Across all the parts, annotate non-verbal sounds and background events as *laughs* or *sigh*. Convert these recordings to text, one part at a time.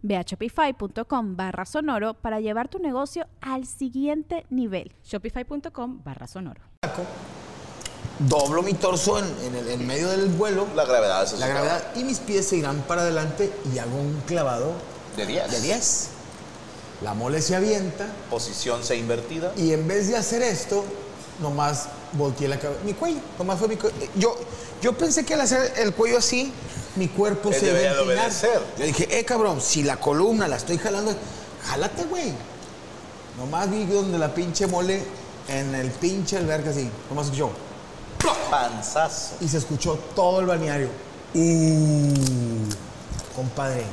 Ve a shopify.com barra sonoro para llevar tu negocio al siguiente nivel. Shopify.com barra sonoro. Doblo mi torso en, en el en medio del vuelo, La gravedad eso la sí. gravedad, y mis pies se irán para adelante y hago un clavado De 10. de 10. La mole se avienta Posición C invertida. y en vez de hacer esto, nomás volteé la cabeza. Mi cuello, nomás fue mi cuello. Eh, Yo, yo pensé que al hacer el cuello así, mi cuerpo Él se iba a debería de inclinar. obedecer. Yo dije, eh, cabrón, si la columna la estoy jalando, jálate, güey. Nomás vi donde la pinche mole en el pinche alberca así. Nomás escuchó. Panzazo. y se escuchó todo el balneario. Uh, compadre,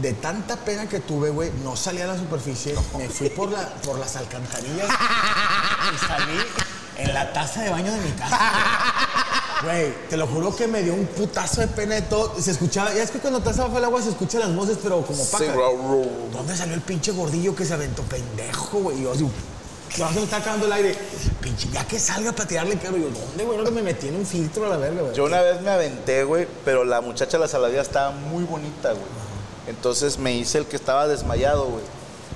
de tanta pena que tuve, güey, no salí a la superficie, me fui por, la, por las alcantarillas y salí en la taza de baño de mi casa. Güey, te lo juro que me dio un putazo de pena de todo. Se escuchaba, ya es que cuando estás abajo del agua se escuchan las voces, pero como Sí, paca. ro- ro- ¿Dónde salió el pinche gordillo que se aventó pendejo, güey? Y Yo así, yo así me está acabando el aire. Pinche, ya que salga para tirarle pero Yo, ¿dónde, güey? Creo que me metí en un filtro a la verga, güey. Yo una vez me aventé, güey, pero la muchacha de la saladilla estaba muy bonita, güey. Entonces me hice el que estaba desmayado, güey,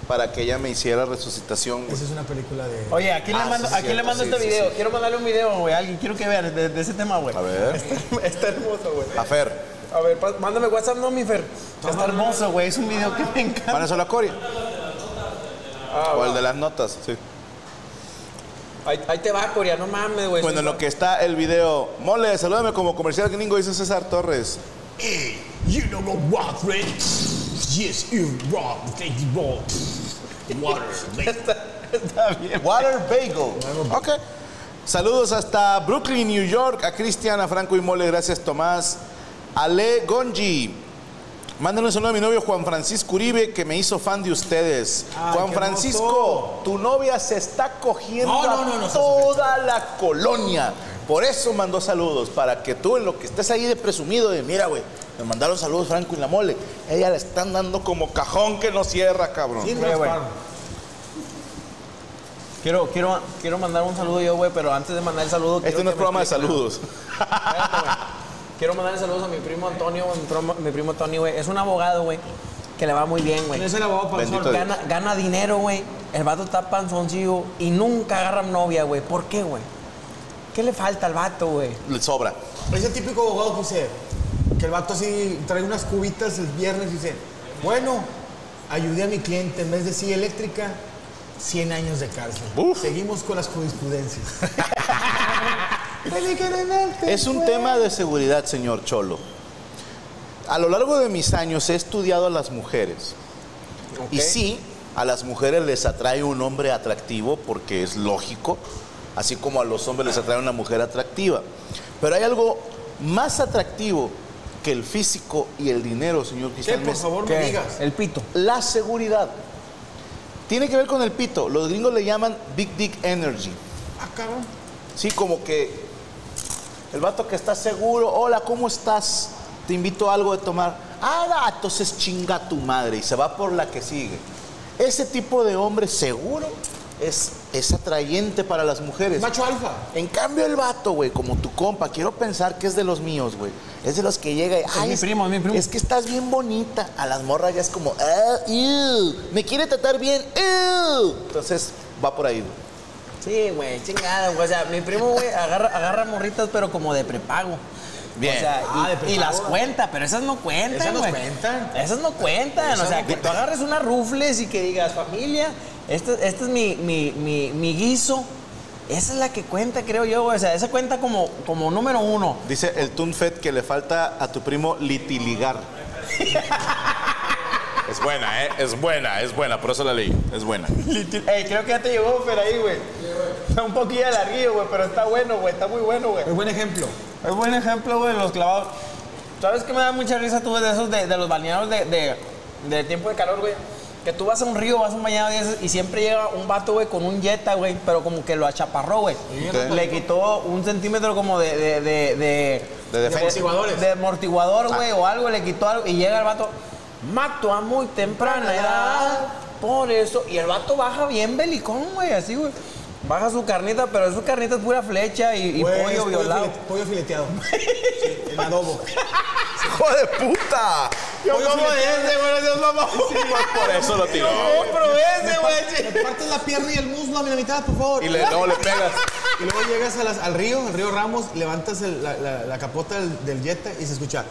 para que ella me hiciera resucitación, güey. Esa es una película de. Oye, aquí Ah, le mando, sí, aquí le cierto, mando sí, este sí, video. sí. Quiero mandarle un video, güey. a Alguien quiero que vean de, de ese tema, güey. A ver. *laughs* Está, está hermoso, güey. A Fer. A ver, pa- mándame WhatsApp, no, mi Fer. Está hermoso, güey. Es un video que me encanta. *laughs* ¿Van a la Coria? o el de las notas, sí. Ah, Ahí, te va, Corea, no mames, güey. Bueno, en lo que está el video. Mole, salúdame como comercial gringo, dice César *laughs* Torres. Hey, you know what, Red? Yes, you're wrong. Thank you, wrong. Water, está bien. Water Bagel. Ok. Saludos hasta Brooklyn, New York, a Cristiana, Franco y Mole, gracias Tomás. Ale Gonji. Mándanos un saludo a mi novio Juan Francisco Uribe, que me hizo fan de ustedes. Ay, Juan qué Francisco, tu novia se está cogiendo No, no, a no, no, no, toda la colonia. Por eso mandó saludos, para que tú en lo que estés ahí de presumido, de mira, güey, me mandaron saludos Franco y la mole. Ella le están dando como cajón que no cierra, cabrón. Güey, güey. Quiero, quiero, quiero mandar un saludo yo, güey, pero antes de mandar el saludo. este quiero no es que me programa de expliquen algo. saludos. Espérate, güey. Quiero mandarle saludos a mi primo Antonio, mi primo, mi primo Tony, güey. Es un abogado, güey, que le va muy bien, güey. Es el abogado panzón. Bendito Dios. Gana, gana dinero, güey. El vato está panzoncillo y nunca agarra novia, güey. ¿Por qué, güey? ¿Qué le falta al vato, güey? Le sobra. Es el típico abogado que dice que el vato así trae unas cubitas el viernes y dice, bueno, ayudé a mi cliente en vez de silla eléctrica, 100 años de cárcel. Uf. Seguimos con las jurisprudencias. *laughs* Es un tema de seguridad, señor Cholo. A lo largo de mis años he estudiado a las mujeres. Y sí, a las mujeres les atrae un hombre atractivo porque es lógico, así como a los hombres les atrae una mujer atractiva. Pero hay algo más atractivo que el físico y el dinero, señor ¿Qué? Cristian Por Mesa. favor, ¿Qué? me digas. El pito. La seguridad. Tiene que ver con el pito. Los gringos le llaman Big Dick Energy. Ah, cabrón. Sí, como que el vato que está seguro, hola, ¿cómo estás? Te invito a algo de tomar. Ah, da, entonces chinga a tu madre y se va por la que sigue. Ese tipo de hombre seguro es, es atrayente para las mujeres. Macho alfa. En cambio el vato, güey, como tu compa, quiero pensar que es de los míos, güey. Es de los que llega y... "Ay, mi primo, es mi primo". Es que estás bien bonita. A las morras ya es como... "Ah, ew, me quiere tratar bien. ew". Entonces va por ahí, güey. Sí, güey, chingada, güey. O sea, mi primo, güey, agarra, agarra morritas, pero como de prepago. Bien. O sea, Ah, y- de y, prepago. las cuenta, pero esas no cuentan, Esas no güey. cuentan. Esas no cuentan. o sea, que tú agarres unas rufles y que digas, familia, este, este es mi, mi, mi, mi guiso. Esa es la que cuenta, creo yo, güey. O sea, esa cuenta como, como número uno. Dice el Tunfet que le falta a tu primo litiligar. Es buena, ¿eh? Es buena, es buena, por eso la leí. Es buena. Ey, creo que ya te llegó, pero ahí, güey. Está un poquillo larguillo, güey, pero está bueno, güey. Está muy bueno, güey. Es buen ejemplo. Es buen ejemplo, güey, los clavados. ¿Sabes qué me da mucha risa tú de esos, de, de los balnearios de, de, de tiempo de calor, güey? Que tú vas a un río, vas a un bañado y, eso, y siempre llega un vato, güey, con un jetta, güey, pero como que lo achaparró, güey. Ok. Le quitó un centímetro como de... de, de, de Ah. De defensa. amortiguadores. De amortiguador, güey, o algo, le quitó algo y llega el vato. Mato a muy temprana edad, por eso. Y el vato baja bien belicón, güey, así, güey. Baja su carnita, pero su carnita es pura flecha y, y Pues, pollo violado. filet- pollo fileteado. *laughs* Sí, en adobo. *laughs* ¡Hijo de puta! Yo Pollo como de fileteado. ese, güey, ese es mamón. Por eso lo tiró. Yo güey. compro ese, Me güey. partes la pierna y el muslo a mi la mitad, por favor. Y le, no, le pegas. Y luego llegas a las- al río, al río Ramos, levantas el- la, la- la capota del, del Jetta y se escucha.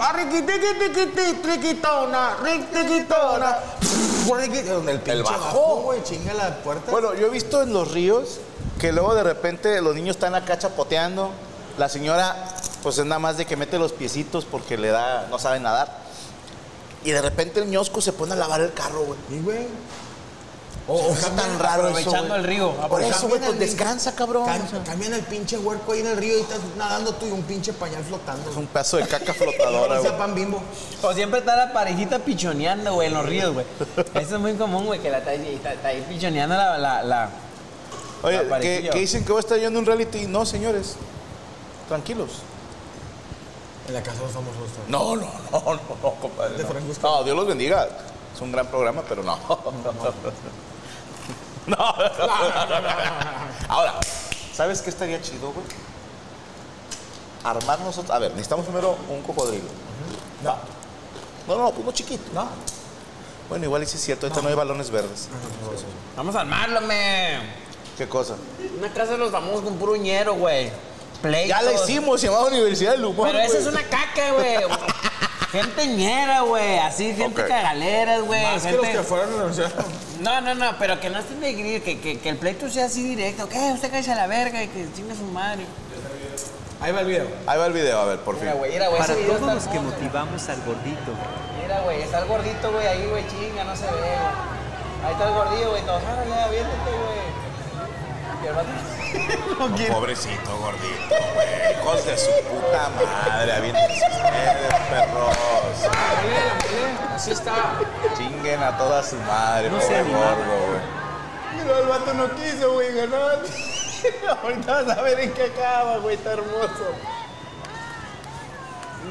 ah, "Arriquitiquitiquiti, triquitona, riquitiquitona". ah, Donde el pinche bajo. bajó, güey, chinga la puerta. Bueno, yo he visto en los ríos que luego de repente los niños están acá chapoteando. La señora, pues es nada más de que mete los piecitos porque le da, no sabe nadar. Y de repente el ñosco se pone a lavar el carro, güey. y güey. O cambian- sea, Oh, tan raro eso, aprovechando güey. el río. Por eso, cambian güey, pues al- descansa, cabrón. cam- O sea, cambian el pinche huerco ahí en el río y estás nadando tú y un pinche pañal flotando. Es un pedazo de caca *laughs* flotadora, güey. Ese pan bimbo. O Pues siempre está la parejita pichoneando, güey, en los ríos, güey. Eso es muy común, güey, que la está, ahí- está- está ahí pichoneando la... la, la- Oye, La que, parejilla. que dicen que voy a estar yo en un reality. No, señores. Tranquilos. En la casa de los famosos. ¿no? No, no, no, no, no, compadre. De no. Frank Buscó. No, Dios los bendiga. Es un gran programa, pero no. *laughs* No. Ahora, ¿sabes qué estaría chido, güey? Armar nosotros. A ver, necesitamos primero un cocodrilo. Va. No, no, uno chiquito. No. Bueno, igual y sí es cierto, ahorita no hay balones verdes. Ah. Vamos a armarlo, me. ¿Qué cosa? Una casa de los famosos con puro ñero, güey. Play. Ya la hicimos, se llamaba Universidad del Humor. Pero esa güey. es una caca, güey. gente ñera, güey. Así, gente Ok. cagaleras, güey. Más que gente- los que fueron a la universidad. No, no, no, pero que no estén de gris, que, que, que el pleito sea así directo. ¿Qué? Usted cállese a la verga y que chingue su madre. Ahí va el video. Ahí va el video, a ver, por fin. Mira, güey, mira, güey. Para ese video todos Pues está los que hermoso. motivamos al gordito, Mira, güey, está el gordito, güey, ahí, güey, chinga, no se ve, güey. Ahí está el gordito, güey, todos, árale, aviéntate, güey. Y el vato- Pobrecito gordito. Hijos de su puta madre, aviéntense ustedes, perros. Así está. Chinguen a toda su madre, No se pobre animaron. gordo, güey. Pero el vato no quiso, güey, ganó. *laughs* Ahorita vas a ver en qué acaba, güey, está hermoso.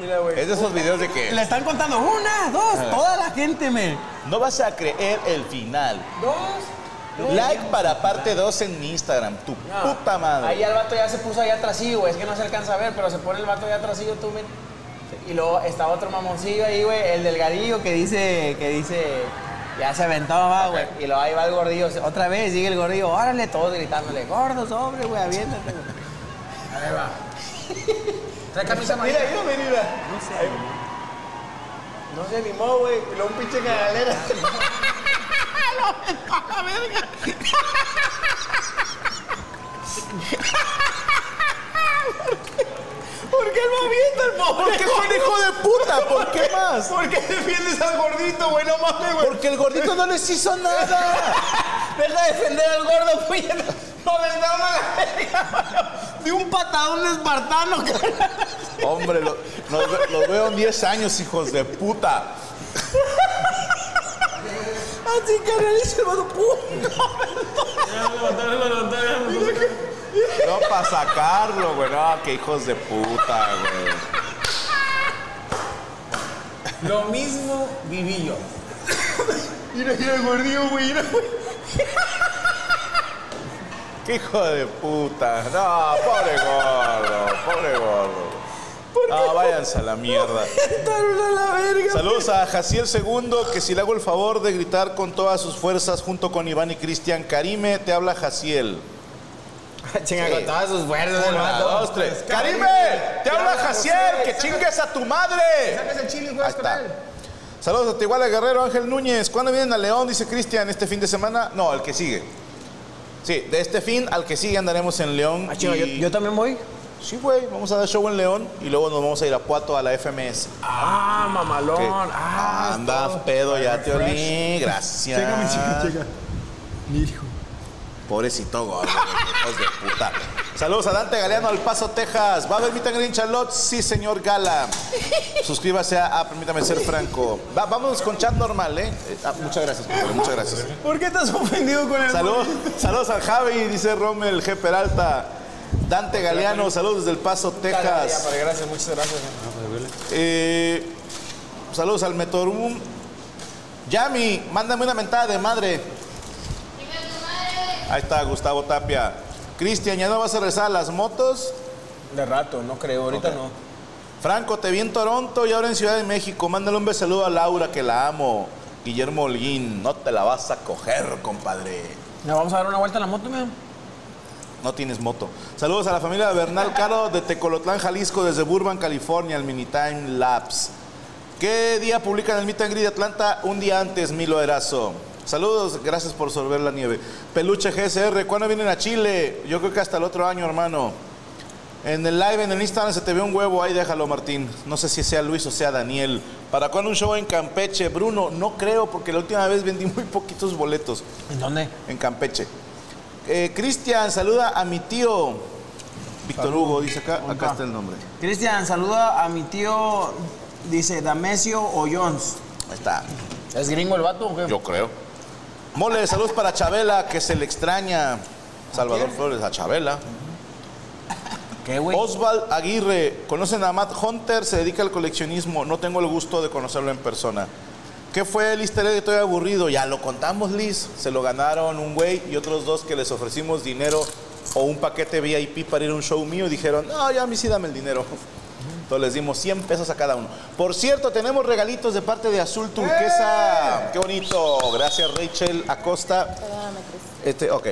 Mira, güey. Es de esos videos de que Le están contando una, Ah. dos, toda la gente, me. no vas a creer el final. Dos. Like para parte 2 en mi Instagram, tu No. puta Ahí madre. el vato ya se puso allá atrasillo, güey. Es que no se alcanza a ver, pero se pone el vato allá atrasillo, tú, men. Y luego está otro mamoncillo ahí, güey, el delgadillo que dice, que dice, ya se aventaba, va, güey. Y luego ahí va el gordillo, otra vez sigue el gordillo, órale, todos gritándole, gordo, sobre, güey, aviéntate, güey. Trae camisa Mira, mira, mira, mira. no se animó. No se animó, güey, y luego un pinche cagalera. ¿Por qué lo avienta el pobre? Porque es un hijo de puta, ¿por qué más? ¿Por qué defiendes al gordito, güey? No mames, güey. Porque el gordito no les hizo nada. *laughs* Deja de defender al gordo, güey. *laughs* Lo aventaron a la verga, güey. De un patadón espartano, cabrón. Hombre, lo- nos ve- los veo en 10 años, hijos de puta. Así, carnal, y se va a No, para sacarlo, güey. No, qué hijos de puta, güey. Lo mismo viví yo. ¡Qué hijo de puta! No, pobre gordo, pobre gordo. No, váyanse a la mierda. Saludos a Jaciel Segundo, que si le hago el favor de gritar con todas sus fuerzas junto con Iván y Cristian Karime, te habla Jaciel. *laughs* Chinga, con todas sus fuerzas, el Una, vato. dos, tres. ¡Karime! ¡Te habla Jaciel! ¡Que chingues a tu madre! eh, Sacas el chile y Ahí juegas con está. él. Saludos a Tehuala Guerrero, Ángel Núñez. ¿Cuándo vienen a León? Dice Cristian, este fin de semana. No, el que sigue. Sí, de este fin al que sigue andaremos en León. Ah, chido, y- yo, yo también voy. Sí, güey, vamos a dar show en León y luego nos vamos a ir a Puato a la FMS. Ah, mamalón. ¿Qué? Ah, Anda, pedo, ya te olí. Gracias. Llega mi chica, llega. Mi hijo. Pobrecito gordo, hijos de puta. Saludos a Dante Galeano, al Paso, Texas. ¿Va a haber Meet and Greet, Charlotte? Sí, señor Gala. Suscríbase a, a Permítame Ser Franco. Va- vámonos con chat normal, ¿eh? Eh, ah, muchas gracias, compadre, muchas gracias. ¿Por qué estás ofendido con el Saludos, saludos al Javi, dice Rommel G. Peralta. Dante Galeano, saludos desde El Paso, Ya, Texas. ya, padre, gracias, muchas gracias. Eh, saludos al Metorum. Yami, mándame una mentada de madre. Ahí está Gustavo Tapia. Cristian, ¿ya no vas a rezar a las motos? De rato, no creo, ahorita no. Franco, te vi en Toronto y ahora en Ciudad de México. Mándale un beso saludo a Laura, que la amo. Guillermo Holguín, no te la vas a coger, compadre. ¿Nos vamos a dar una vuelta en la moto, mira? No tienes moto. Saludos a la familia de Bernal Caro de Tecolotlán, Jalisco, desde Burbank, California, al Mini Time Labs. ¿Qué día publican el Meet and Greet de Atlanta? Un día antes, Milo Erazo. Saludos, gracias por sorber la nieve. Peluche GSR, ¿cuándo vienen a Chile? Yo creo que hasta el otro año, hermano. En el live, en el Instagram, se te ve un huevo. Ahí déjalo, Martín. No sé si sea Luis o sea Daniel. ¿Para cuándo un show en Campeche? Bruno, no creo, porque la última vez vendí muy poquitos boletos ¿En dónde? en Campeche. Eh, Cristian, saluda a mi tío Víctor Hugo, dice acá, acá está el nombre. Cristian, saluda a mi tío, dice Damesio o Jones. Ahí está. ¿Es gringo el vato o qué? Yo creo. Mole, saludos para Chabela, que se le extraña. Salvador Flores a Chabela. ¿Qué, güey? Osvald Aguirre, ¿conocen a Matt Hunter? Se dedica al coleccionismo. No tengo el gusto de conocerlo en persona. ¿Qué fue el easter egg de Estoy aburrido? Ya lo contamos, Liz. Se lo ganaron un güey y otros dos que les ofrecimos dinero o un paquete VIP para ir a un show mío. Dijeron, no, ya a mí sí dame el dinero. Entonces les dimos 100 pesos a cada uno. Por cierto, tenemos regalitos de parte de Azul Turquesa. ¡Qué bonito! Gracias, Rachel Acosta. ¡Eh! Perdóname, Cris. Este, ok.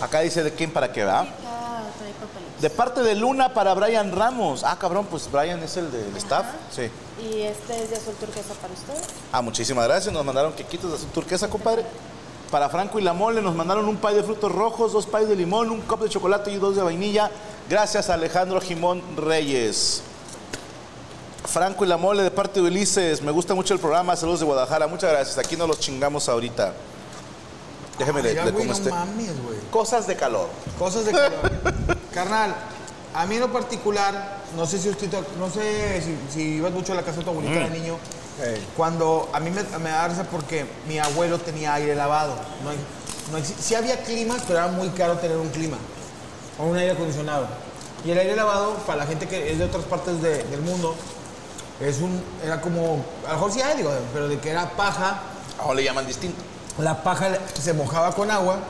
Acá dice de quién para qué, va. Ah, trae papelitos. De parte de Luna para Brian Ramos. Ah, cabrón, pues Brian es el del staff. Sí. Y este es de azul turquesa para ustedes. Ah, muchísimas gracias. Nos mandaron quequitos de azul turquesa, compadre. Para Franco y la mole nos mandaron un pay de frutos rojos, dos pay de limón, un cup de chocolate y dos de vainilla. Gracias a Alejandro Jimón Reyes. Franco y la mole de parte de Ulises. Me gusta mucho el programa. Saludos de Guadalajara. Muchas gracias. Aquí nos los chingamos ahorita. Déjeme Mira, leer "Ah, güey, cómo no esté. mames, güey. este. Cosas de calor. Cosas de calor. *laughs* Carnal, a mí en lo particular, no sé si usted, no sé si, si ibas mucho a la casa de tu abuelita de niño. Cuando a mí me, me da risa porque mi abuelo tenía aire lavado. No, hay- no, exi- sí había climas, pero era muy caro tener un clima o un aire acondicionado. Y el aire lavado, para la gente que es de otras partes de- del mundo, es un, era como, a lo mejor sí hay, digo, pero de que era paja, Ahora le llaman distinto. la paja le- se mojaba con agua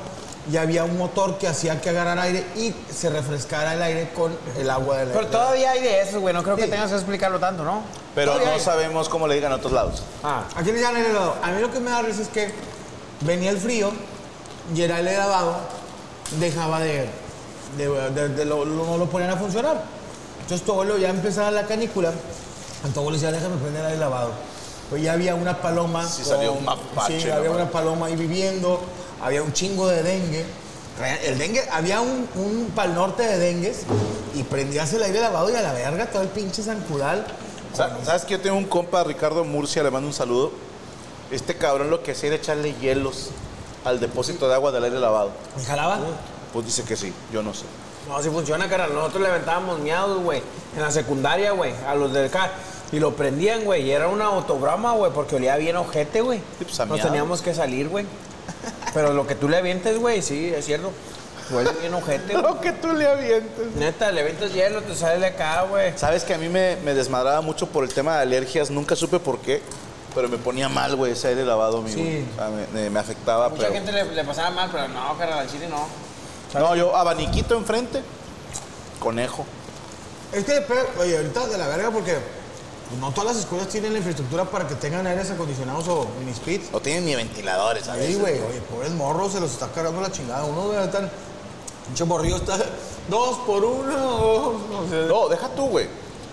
y había un motor que hacía que agarrara aire y se refrescara el aire con el agua del Pero todavía hay de esos, güey. No creo que tengas que explicarlo tanto, ¿no? Pero Todavía no hay. sabemos cómo le digan a otros lados. Ah, aquí le llaman aire lavado. A mí lo que me da risa es que venía el frío y el aire lavado dejaba de. de- de- de lo- lo- no lo ponían a funcionar. Entonces tu abuelo ya empezaba la canícula. Entonces tu abuelo decía, déjame prender el aire lavado. Pues ya había una paloma. Sí, salió un mapache, Sí, no había mames. una paloma ahí viviendo. Había un chingo de dengue. El dengue, había un, un pal norte de dengues y prendías el aire lavado y a la verga todo el pinche zancudal. Sa- ¿Sabes que yo tengo un compa, Ricardo Murcia, le mando un saludo? Este cabrón lo que hacía era echarle hielos al depósito de agua del aire lavado. Me jalaba. Pues dice que sí, yo no sé. No, si funciona, cara. Nosotros le aventábamos miados, güey. En la secundaria, güey. A los del CAR. Y lo prendían, güey. Y era una autograma, güey. Porque olía bien ojete, güey. Sí, pues, a Nos miado. teníamos que salir, güey. Pero lo que tú le avientes, güey, sí, es cierto. Huele bien ojete, *laughs* güey. que tú le avientes. Neta, le avientas hielo, te sale de acá, güey. Sabes que a mí me, me desmadraba mucho por el tema de alergias, nunca supe por qué, pero me ponía mal, güey, ese aire lavado, mi Sí. güey. O sea, me, me- me afectaba, Mucha pero... gente le, le pasaba mal, pero no, cara, al chile no. No, yo abaniquito enfrente, conejo. Es que depende, Este oye, ahorita de la verga porque no todas las escuelas tienen la infraestructura para que tengan aires acondicionados o mini split. No tienen ni ventiladores, ¿sabes? Ahí, güey, oye, pobres morros, se los está cargando la chingada. Uno, güey, ahorita, pinche morrillo está dos por uno. o sea, No, deja tú, güey.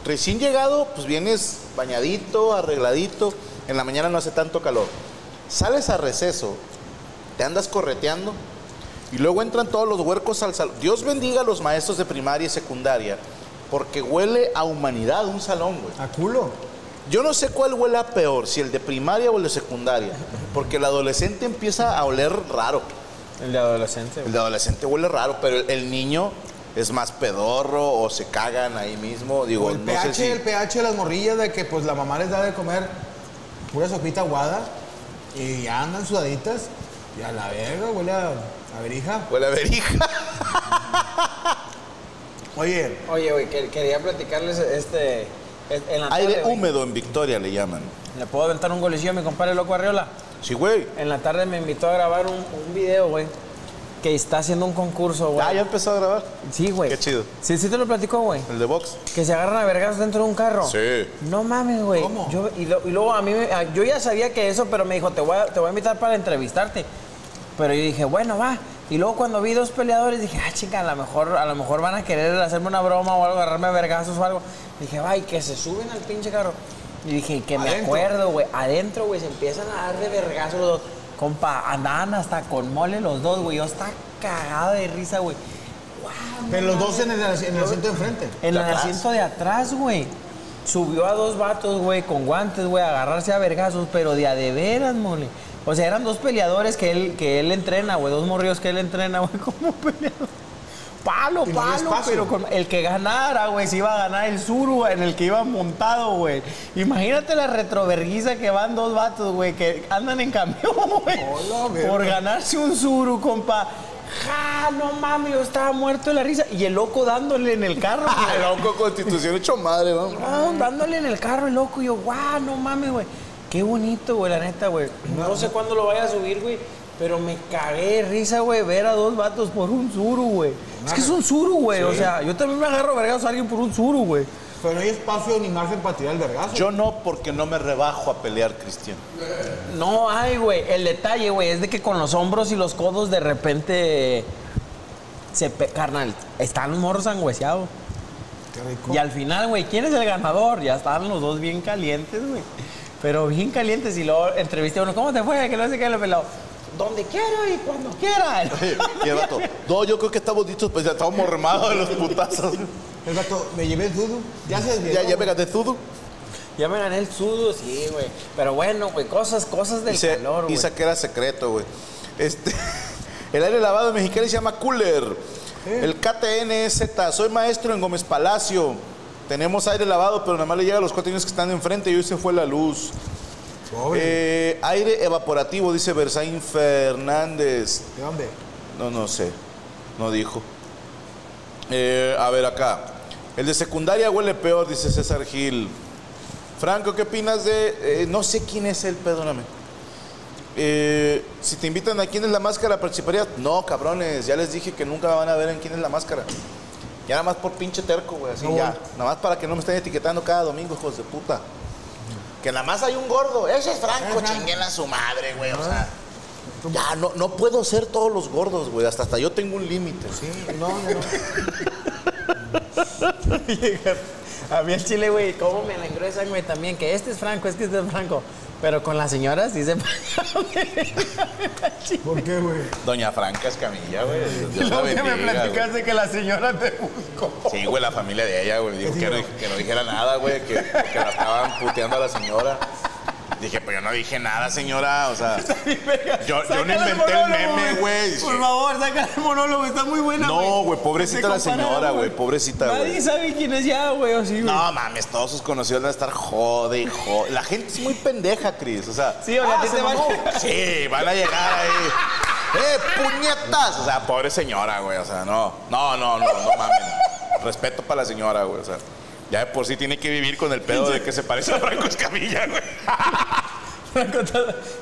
Recién llegado, pues vienes bañadito, arregladito. En la mañana no hace tanto calor. Sales a receso, te andas correteando Y luego entran todos los huercos al salón. Dios bendiga a los maestros de primaria y secundaria, porque huele a humanidad un salón, güey. A culo. Yo no sé cuál huele a peor, si el de primaria o el de secundaria, porque el adolescente empieza a oler raro. El de adolescente. El de adolescente huele raro, pero el- el niño es más pedorro o se cagan ahí mismo. Digo, O el no pH, sé si... el pH de las morrillas de que pues la mamá les da de comer pura sopita aguada y ya andan sudaditas y a la verga huele a, a verija. Huele a verija. Oye, Oye, güey, que- quería platicarles este. es- En la *laughs* Aire tarde, güey. húmedo en Victoria le llaman. ¿Le puedo aventar un golecillo a mi compadre loco Arriola? Sí, güey. En la tarde me invitó a grabar un, un video, güey. Que está haciendo un concurso, güey. Ah, ya empezó a grabar. Sí, güey. Qué chido. Sí, sí te lo platico, güey. El de box. Que se agarran a vergas dentro de un carro. Sí. No mames, güey. ¿Cómo? Yo, y, lo- y luego a mí, me- a- yo ya sabía que eso, pero me dijo, te voy, a, te voy a invitar para entrevistarte. Pero yo dije, bueno, va. Y luego cuando vi dos peleadores, dije, ah, chica, a lo mejor, a lo mejor van a querer hacerme una broma o algo, agarrarme a vergazos o algo. Dije, va, y que se suben al pinche carro. Y dije, que me Adentro. acuerdo, güey. Adentro, güey, se empiezan a dar de vergazos los dos. Compa, andaban hasta con mole los dos, güey. Yo estaba cagado de risa, güey. pero los dos en el, en el asiento de enfrente. En el atrás. asiento de atrás, güey. Subió a dos vatos, güey, con guantes, güey, a agarrarse a vergazos, pero de a de veras, mole. O sea, eran dos peleadores que él, que él entrena, güey, dos morridos que él entrena, güey, *laughs* como peleadores. Palo, Y no había palo, espacio. pero con el que ganara, güey, se iba a ganar el suru, güey, en el que iba montado, güey. Imagínate la retroverguiza que van dos vatos, güey, que andan en camión, *laughs* güey. Hola, verga. Por ganarse un suru, compa. Ja, no mames, yo estaba muerto de la risa. Y el loco dándole en *laughs* el carro, güey. Ah, loco, constitución hecho madre, vamos. No, dándole en el carro, el loco. Y yo, guau, no mames, güey. Qué bonito, güey, la neta, güey. No sé cuándo lo vaya a subir, güey. Pero me cagué de risa, güey, ver a dos vatos por un suru, güey. Es que es un suru, güey. O sea, yo también me agarro vergas a alguien por un suru, güey. Pero no hay espacio ni margen para tirar el vergazo. Yo no, porque no me rebajo a pelear, Cristian. No hay, güey. El detalle, güey, es de que con los hombros y los codos de repente se pe- carnal, están los morros angüeciados. Qué rico. Y al final, güey, ¿quién es el ganador? Ya estaban los dos bien calientes, güey. Pero bien calientes. Y luego entrevisté a uno, ¿cómo te fue? Que no sé qué, lo pelado. Donde quiero y cuando quiera. *laughs* Y el vato, No, yo creo que estamos listos, pues ya estamos remados de los putazos. El gato, me llevé el dudo. Ya se desvió. Ya, ya me gané todo. ya me gané el sudo, sí, güey. Pero bueno, güey, cosas, cosas del Dice, calor, güey. dice que era secreto, güey. Este, *laughs* el aire lavado en mexicano se llama cooler. El KTNZ, soy maestro en Gómez Palacio. Tenemos aire lavado, pero nada más le llega a los cuatro niños que están enfrente y hoy se fue la luz. Pobre. Eh, aire evaporativo, dice Versaín Fernández. ¿De dónde? No, no sé. No dijo. Eh, a ver acá. El de secundaria huele peor, dice César Gil. Franco, ¿qué opinas de...? eh, no sé quién es él, perdóname. Eh, si te invitan a quién es la máscara, ¿participarías? No, cabrones, ya les dije que nunca van a ver en quién es la máscara. Ya nada más por pinche terco, güey, así No, ya. güey. Nada más para que no me estén etiquetando cada domingo, hijos de puta. Que nada más hay un gordo. Ese es Franco, Ajá. chinguen a su madre, güey, o sea... Ya, no, no puedo ser todos los gordos, güey. Hasta, hasta yo tengo un límite. Sí, no, no, no. A mí el chile, güey, cómo me la engruesan, güey, también. Que este es franco, es que este es franco. Pero con las señoras sí *laughs* se ¿Por qué, güey? Doña Franca Escamilla, güey. Dios la Lo que me bendiga, güey. platicaste que la señora te buscó. Sí, güey, la familia de ella, güey. Dijo que no, que no dijera nada, güey, que, que la estaban puteando a la señora. Dije, pues yo no dije nada, señora. O sea, yo, yo no inventé el meme, güey. Por favor, saca el monólogo, está muy buena, güey. No, güey, pobrecita Se la compara, señora, güey. Pobrecita, Nadie güey. sabe quién es ya, güey, o sí, güey. No mames, todos sus conocidos van a estar jode y jode. La gente es muy pendeja, Cris. O sea, Ah, Sí, o sea, a ti te vale. Sí, van a llegar ahí. *laughs* ¡Eh, puñetas! O sea, pobre señora, güey. O sea, no. No, no, no, no mames. Respeto para la señora, güey. O sea, ya de por sí tiene que vivir con el pedo de que se parece a Franco Escamilla, güey. *laughs* *laughs* Franco, t-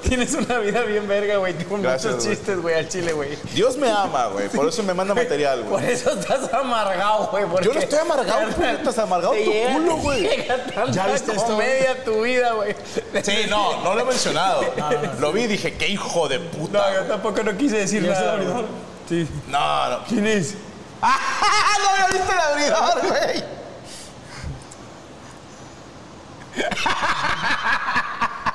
tienes una vida bien verga, güey, con Gracias, muchos güey. chistes, güey, al chile, güey. Dios me ama, güey. Por eso me manda material, Por güey. eso estás amargado, güey. porque- Yo no estoy *laughs* amargado, putas, amargado Te tu llega- culo, güey. te llega ¿Ya tanta viste esto? comedia a tu vida, güey. Sí, no, no lo he mencionado. *laughs* Lo vi y dije, qué hijo de No, puta. yo tampoco no quise decir ¿Y es el nada. güey. abridor? Sí. No, no. ¿Quién es? *laughs* ¡Ah! ¡No había visto el abridor, *laughs* güey!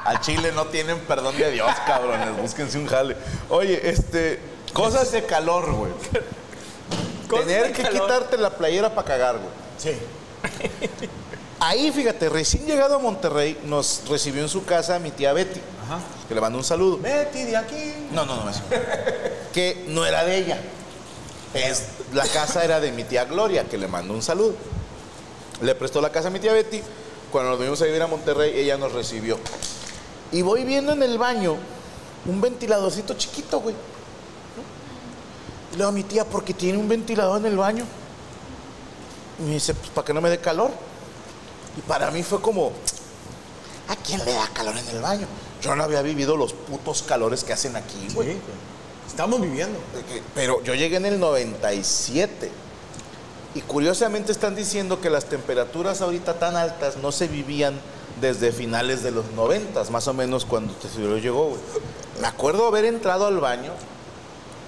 Al Chile no tienen perdón de Dios, cabrones. Búsquense un jale. Oye, este. Cosas de calor, *laughs* güey. Cosas Tener de que calor. quitarte la playera para cagar, güey. Sí. Ahí, fíjate, recién llegado a Monterrey, nos recibió en su casa mi tía Betty. Que le mando un saludo. Betty, de aquí. No, no, no. eso. que no era de ella. Es, la casa era de mi tía Gloria, que le mando un saludo. Le prestó la casa a mi tía Betty. Cuando nos vinimos a vivir a Monterrey, ella nos recibió. Y voy viendo en el baño un ventiladorcito chiquito, güey. Y le digo a mi tía, porque tiene un ventilador en el baño. Y me dice, pues para que no me dé calor. Y para mí fue como, ¿a quién le da calor en el baño? Yo no había vivido los putos calores que hacen aquí, Sí, güey. güey. Estamos viviendo. De que- Pero yo llegué en el 97. Y curiosamente están diciendo que las temperaturas ahorita tan altas no se vivían desde finales de los 90, más o menos cuando este señor llegó. güey. Me acuerdo haber entrado al baño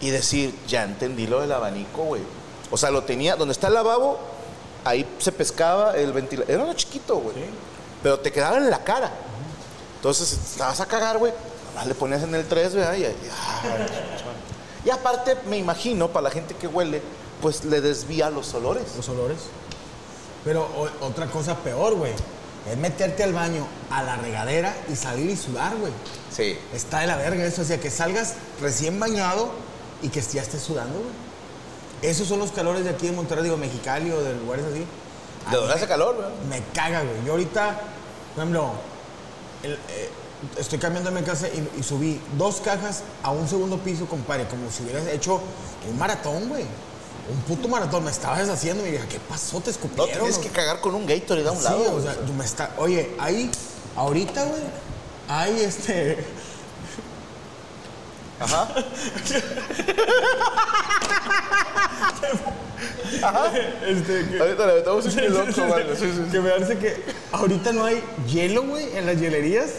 y decir, ya entendí lo del abanico, güey. O sea, lo tenía, donde está el lavabo, ahí se pescaba el ventilador. Era uno chiquito, güey. Pero te quedaba en la cara. Entonces, te vas a cagar, güey. Nomás le ponías en el 3, güey. Y, y- ay, *laughs* y aparte, me imagino, para la gente que huele, pues le desvía los olores. Los olores. Pero o- otra cosa peor, güey. Es meterte al baño, a la regadera y salir y sudar, güey. Sí. Está de la verga eso. O sea, que salgas recién bañado y que ya estés sudando, güey. Esos son los calores de aquí de Monterrey, digo, Mexicali o de lugares así. ¿De dónde Ah, hace calor, güey? Me caga, güey. Yo ahorita, por ejemplo, el, eh, estoy cambiando mi casa y, y subí dos cajas a un segundo piso, compadre, como si hubieras hecho un maratón, güey. Un puto maratón. Me estaba deshaciendo y dije, ¿qué pasó? Te No, escupieron. tienes que güey?" cagar con un Gatorade a un Sí, lado. o güey. sea, yo me está... Oye, ahí, ahorita, güey, hay este... *laughs* Ajá. este que- Ahorita le metemos un loco, güey. Sí, sí, sí. Que me parece que ahorita no hay hielo, güey, en las hielerías.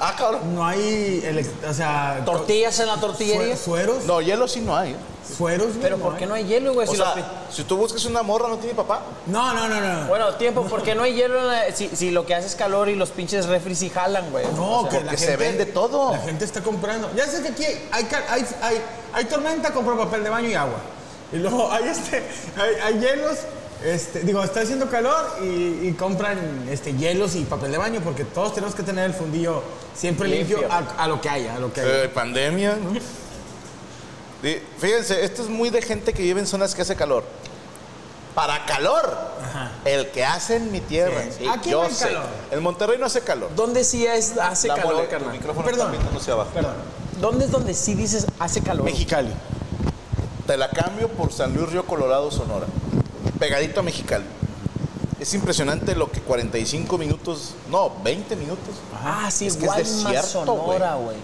Ah, cabrón. No hay, elec- o sea... co- Tortillas en la sue- tortillería. Sueros. No, hielo sí no hay. ¿eh? Sueros, güey, eh. Pero ¿por qué no hay hielo, güey? O Si Pues lo pi- sea, si tú buscas una morra, no tiene papá. No, no, no, no. Bueno, tiempo, ¿por qué no hay hielo? en la- Si, si lo que hace es calor y los pinches refris sí jalan, güey. no, O sea, que la porque se gente, vende todo. La gente está comprando. Ya sé que aquí hay, ca- hay, hay, hay tormenta, compro papel de baño y agua. Y luego *laughs* hay, este, hay, hay hielos. Este, digo, está haciendo calor y, y compran este, hielos y papel de baño porque todos tenemos que tener el fundillo siempre limpio, Limpio. a, a lo que haya, a lo que haya. Eh, pandemia, ¿no? Sí, Fíjense, esto es muy de gente que vive en zonas que hace calor. Para calor, el que hace en mi tierra. Sí. Sí, Aquí yo no hay sé. calor. En Monterrey no hace calor. ¿Dónde sí es, hace La calor, mole, carnal? El micrófono Perdón. está pintándose abajo. Perdón. ¿Dónde es donde sí dices hace calor? Mexicali. Te la cambio por San Luis Río Colorado, Sonora. Pegadito a Mexicali. Es impresionante lo que 45 minutos, no, 20 minutos. Ah, sí, Es es que es Guaymas, desierto, güey. Sonora, güey.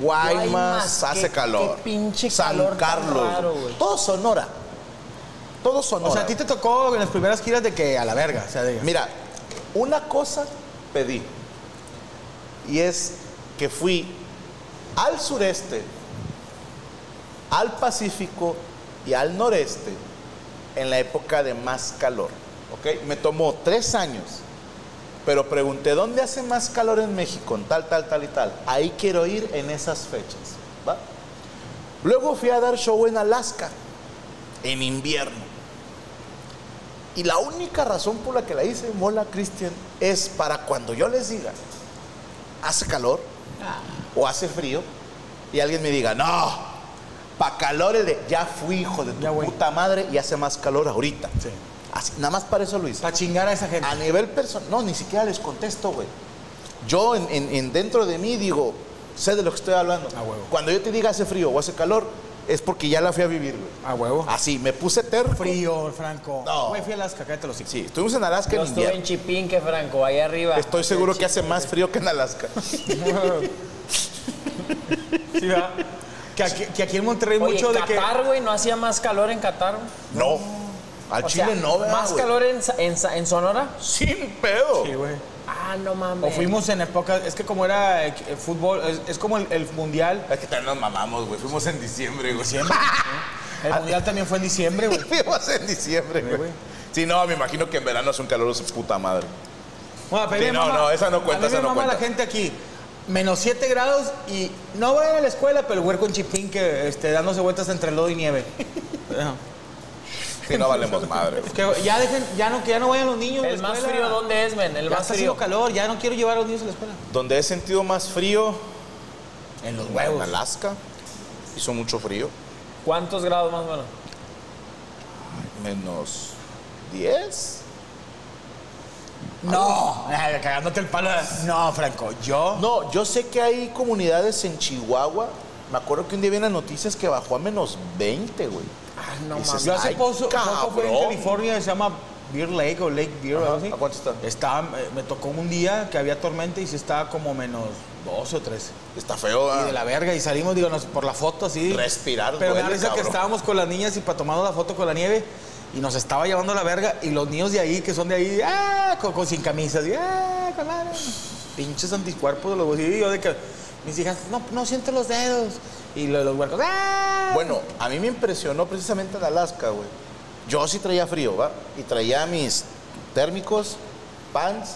Guaymas, Guaymas, hace qué- calor. qué pinche San calor tan Carlos. raro, güey. todo Sonora. Todo Sonora. O sea, a ti te tocó en las primeras giras de que a la verga. O sea, de- Mira, una cosa pedí. Y es que fui al sureste, al Pacífico y al noreste en la época de más calor. ¿ok? Me tomó tres años. Pero pregunté, ¿dónde hace más calor en México? En Tal, tal, tal y tal. Ahí quiero ir en esas fechas. ¿va? Luego fui a dar show en Alaska, en invierno. Y la única razón por la que la hice, Mola Cristian, es para cuando yo les diga, hace calor Ah. o hace frío, y alguien me diga, no, pa' calor el de, ya fui hijo de tu Ya, güey. puta madre y hace más calor ahorita. Sí. Así, nada más para eso lo hice. Para chingar a esa gente. A nivel personal, no, ni siquiera les contesto, güey. Yo en, en- en dentro de mí digo, sé de lo que estoy hablando. A huevo. Cuando yo te diga hace frío o hace calor, es porque ya la fui a vivir, güey. A huevo. Así, me puse terco. Frío, Franco. No. Güey, fui a Alaska, cállate los hijos. Sí, estuvimos en Alaska Yo en estuve en invierno. Chipinque, Franco, ahí arriba. Estoy seguro que hace más frío que en Alaska. Sí, ¿verdad? que, aquí, que aquí en Monterrey Oye, mucho de que... Qatar, güey, ¿no hacía más calor en Qatar? güey? No. Al O Chile sea, no, ¿verdad, ¿Más güey? calor en, Sa- en, Sa- en Sonora? Sin pedo. Sí, güey. Ah, no mames. O fuimos en época, es que como era eh, eh, fútbol, es, es como el, el mundial. Es que también nos mamamos, güey. Fuimos en diciembre, güey. El mundial también fue en diciembre, güey. *laughs* Fuimos en diciembre, Sí, güey. güey. Sí, no, me imagino que en verano hace un calor de su puta madre. Bueno, pero Sí, me no, no, esa no cuenta, a mí me esa no mama cuenta. la gente aquí. menos 7 grados y no vayan a la escuela, pero el huerco en Chipín que esté dándose vueltas entre lodo y *laughs* nieve. Ajá. Sí, no valemos madre. güey. Que ya dejen, ya no, que ya no vayan los niños. ¿El más frío dónde es, men? El El más más está frío. haciendo calor, ya no quiero llevar a los niños a la escuela. Donde he sentido más frío, En los en Alaska, hizo mucho frío, ¿Cuántos grados más o menos? menos 10. No, ay, cagándote el palo. No, Franco, yo. No, yo sé que hay comunidades en Chihuahua. Me acuerdo que un día vi en las noticias que bajó a menos 20, güey. Ah, no Mames. Yo hace poco, poco fui en California, se llama Beer Lake o Lake Beer o algo así. ¿a cuánto está? Estaba, eh, me tocó un día que había tormenta y sí estaba como menos 12 o 13. Está feo, ah. Y de ¿verdad? la verga, y salimos, digo, nos- por la foto así. Respirar Pero me da duele, risa que cabrón. estábamos con las niñas y para tomarnos la foto con la nieve. Y nos estaba llevando la verga. Y los niños de ahí, que son de ahí, ¡ah! Con, con- sin camisas. Y, ¡ah! Con madre. Pinches anticuerpos de los güeyes. Y yo de que. Mis hijas, no, no siento los dedos. Y lo de los huercos, ¡ah! Bueno, a mí me impresionó precisamente en Alaska, güey. Yo sí traía frío, ¿va? Y traía mis térmicos, pants,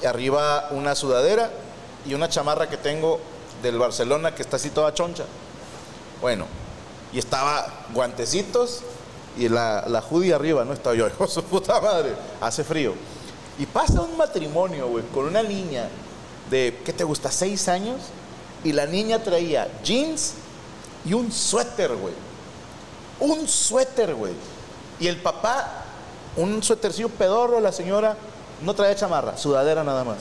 y arriba una sudadera y una chamarra que tengo del Barcelona que está así toda choncha. Bueno, y estaba guantecitos y la, la hoodie arriba, ¿no? Estaba yo, *laughs* hijo de su puta madre, hace frío. Y pasa un matrimonio, güey, con una niña de, ¿qué te gusta? Seis años. Y la niña traía jeans y un suéter, güey. Un suéter, güey. Y el papá, un suétercillo pedorro, la señora no traía chamarra, sudadera nada más.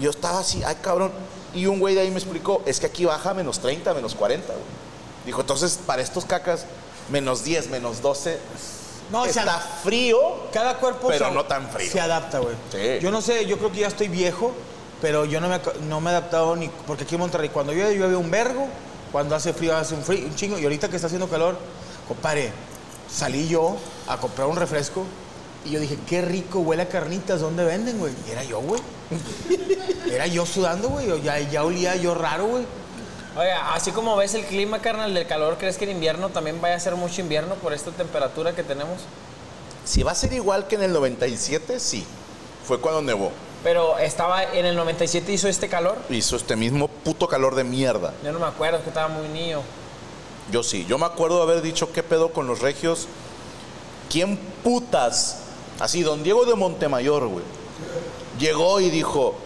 Y yo estaba así, ay cabrón. Y un güey de ahí me explicó, es que aquí baja menos 30, menos 40, güey. Dijo, entonces para estos cacas, menos 10, menos 12, No, se está ad- frío. Cada cuerpo Pero se- no tan frío. se adapta, güey. Sí. Yo no sé, yo creo que ya estoy viejo, pero yo no me, ac- no me he adaptado ni. Porque aquí en Monterrey, cuando llueve, llueve un vergo. Cuando hace frío, hace un frío, un chingo. Y ahorita que está haciendo calor, compadre, salí yo a comprar un refresco. Y yo dije, qué rico huele a carnitas, ¿dónde venden, güey? Y era yo, güey. *laughs* Era yo sudando, güey. yo Ya, ya olía yo raro, güey. Oiga, así como ves el clima, carnal, del calor, ¿crees que en invierno también vaya a ser mucho invierno por esta temperatura que tenemos? Si va a ser igual que en el 97, sí. Fue cuando nevó. Pero estaba en el 97 hizo este calor. Hizo este mismo puto calor de mierda. Yo no me acuerdo, es que estaba muy niño. Yo sí, yo me acuerdo de haber dicho qué pedo con los regios. ¿Quién putas? Así, don Diego de Montemayor, güey. Llegó y dijo,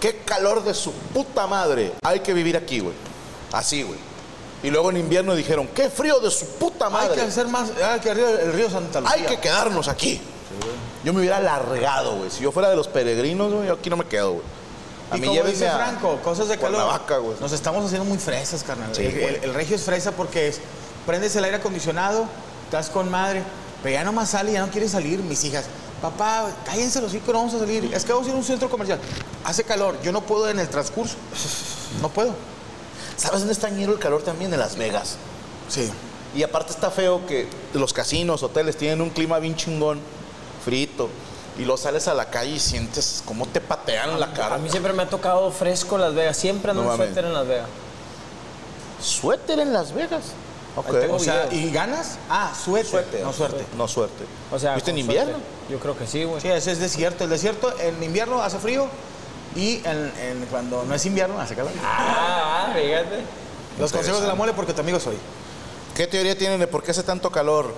qué calor de su puta madre. Hay que vivir aquí, güey. Así, güey. Y luego en invierno dijeron, qué frío de su puta Hay madre. que hacer más. Hay que arriba el río Santa Lucía. Hay que quedarnos aquí. Yo me hubiera largado, güey. Si yo fuera de los peregrinos, güey, yo aquí no me quedo, güey. A y mí como llévenme dice a- Franco, cosas de calor. Cuernavaca, güey. Nos estamos haciendo muy fresas, carnal. Sí, el, güey. el- el regio es fresa porque es, prendes el aire acondicionado, estás con madre, pero ya nomás sale, ya no quiere salir, mis hijas. Papá, cállense los hijos, no vamos a salir. Es que vamos a ir a un centro comercial. Hace calor, yo no puedo en el transcurso. No puedo. ¿Sabes dónde está ñero el calor también? En Las Vegas. Sí. Y aparte está feo que los casinos, hoteles tienen un clima bien chingón, frito. Y lo sales a la calle y sientes cómo te patean la cara. A mí siempre me ha tocado fresco Las Vegas, siempre ando No en mames. suéter en Las Vegas. Suéter en Las Vegas. Ok. O sea, ¿y ganas? Ah, suerte. Suerte. No suerte. No suerte. O sea, ¿Viste en con invierno? suéter. Yo creo que sí, güey. Sí, ese es desierto. El desierto en invierno hace frío y en- en- cuando no es invierno hace calor. Ah, ah, fíjate. Los consejos de la mole porque tu amigo soy. ¿Qué teoría tienen de por qué hace tanto calor?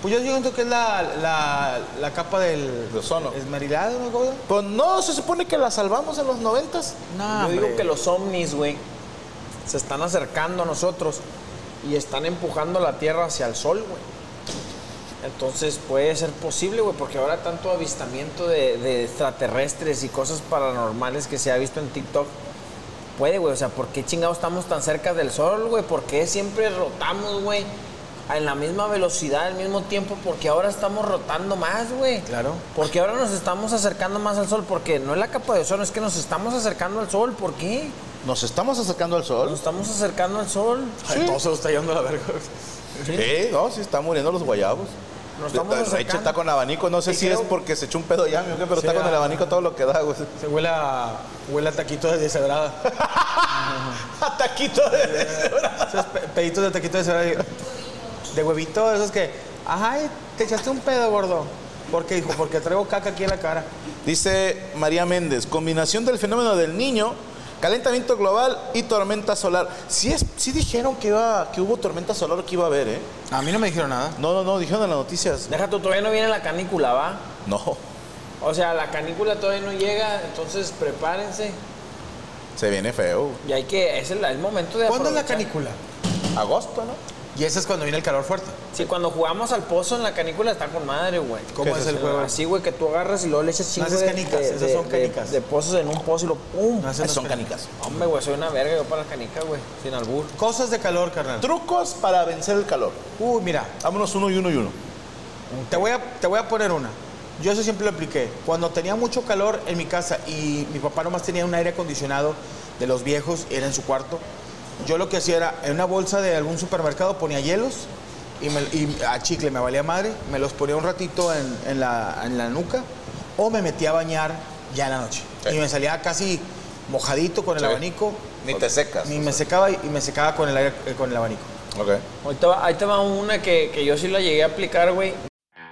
Pues yo siento que es la, la, la capa del... De ozono. Esmerilado, ¿no? ¿Cómo? Pues no, se supone que la salvamos en los noventas. No, Yo digo que los ovnis, güey, se están acercando a nosotros y están empujando la Tierra hacia el Sol, güey. Entonces puede ser posible, güey, porque ahora tanto avistamiento de, de extraterrestres y cosas paranormales que se ha visto en TikTok. Puede, güey, o sea, ¿por qué chingados estamos tan cerca del Sol, güey? ¿Por qué siempre rotamos, güey? En la misma velocidad, al mismo tiempo, porque ahora estamos rotando más, güey. Claro. Porque ahora nos estamos acercando más al sol, porque no es la capa de ozono, es que nos estamos acercando al sol, ¿por qué? Nos estamos acercando al sol. Nos estamos acercando al sol. Ay, todo se está yendo a la verga. Sí, no, sí, están muriendo los guayabos. Nos estamos Reche acercando. está con abanico, no sé Y si creo- es porque se echó un pedo ya, mi amigo, pero Sí, está con ah. el abanico todo lo que da, güey. Se huele a, huele a taquito de deshebrada. *laughs* Ataquito de... Esos pe- peditos de taquito de deshebrada. De huevito, esos que... Ajá, y te echaste un pedo, gordo. Porque dijo, porque traigo caca aquí en la cara. Dice María Méndez, combinación del fenómeno del niño Calentamiento global y tormenta solar. Sí, es, sí dijeron que, iba, que hubo tormenta solar que iba a haber, ¿eh? A mí no me dijeron nada. No, no, no, dijeron en las noticias. Deja tú, todavía no viene la canícula, ¿va? No, O sea, la canícula todavía no llega, entonces prepárense. se viene feo. Y hay que, es el, el momento de ¿Cuándo es la aprovechar. canícula? Agosto, ¿no? Y ese es cuando viene el calor fuerte. Sí, cuando jugamos al pozo en la canícula está con madre, güey. ¿Cómo ¿Qué es es el juego? Así, güey, que tú agarras y luego le echas chingo haces de, canicas, de- esas de- son de- canicas. De, pozos en un pozo y lo pum. No hacen Son las canicas. Hombre, güey, soy una verga yo para las canicas, güey, sin albur. Cosas de calor, carnal. Trucos para vencer el calor. Uy, mira, Vámonos uno y uno y uno. te voy, a, te voy a poner una. Yo eso siempre lo apliqué. Cuando tenía mucho calor en mi casa y mi papá nomás tenía un aire acondicionado de los viejos, era en su cuarto, yo lo que hacía era, en una bolsa de algún supermercado ponía hielos y, me- y a chicle me valía madre, me los ponía un ratito en, en la, en la nuca o me metía a bañar ya en la noche. Sí. Y me salía casi mojadito con el Sí. abanico. Ni te secas. Ni me secaba y y me secaba con el, aire- eh, con el abanico. Ok. Ahí te va, ahí te va una que, que yo sí la llegué a aplicar, güey.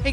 Hey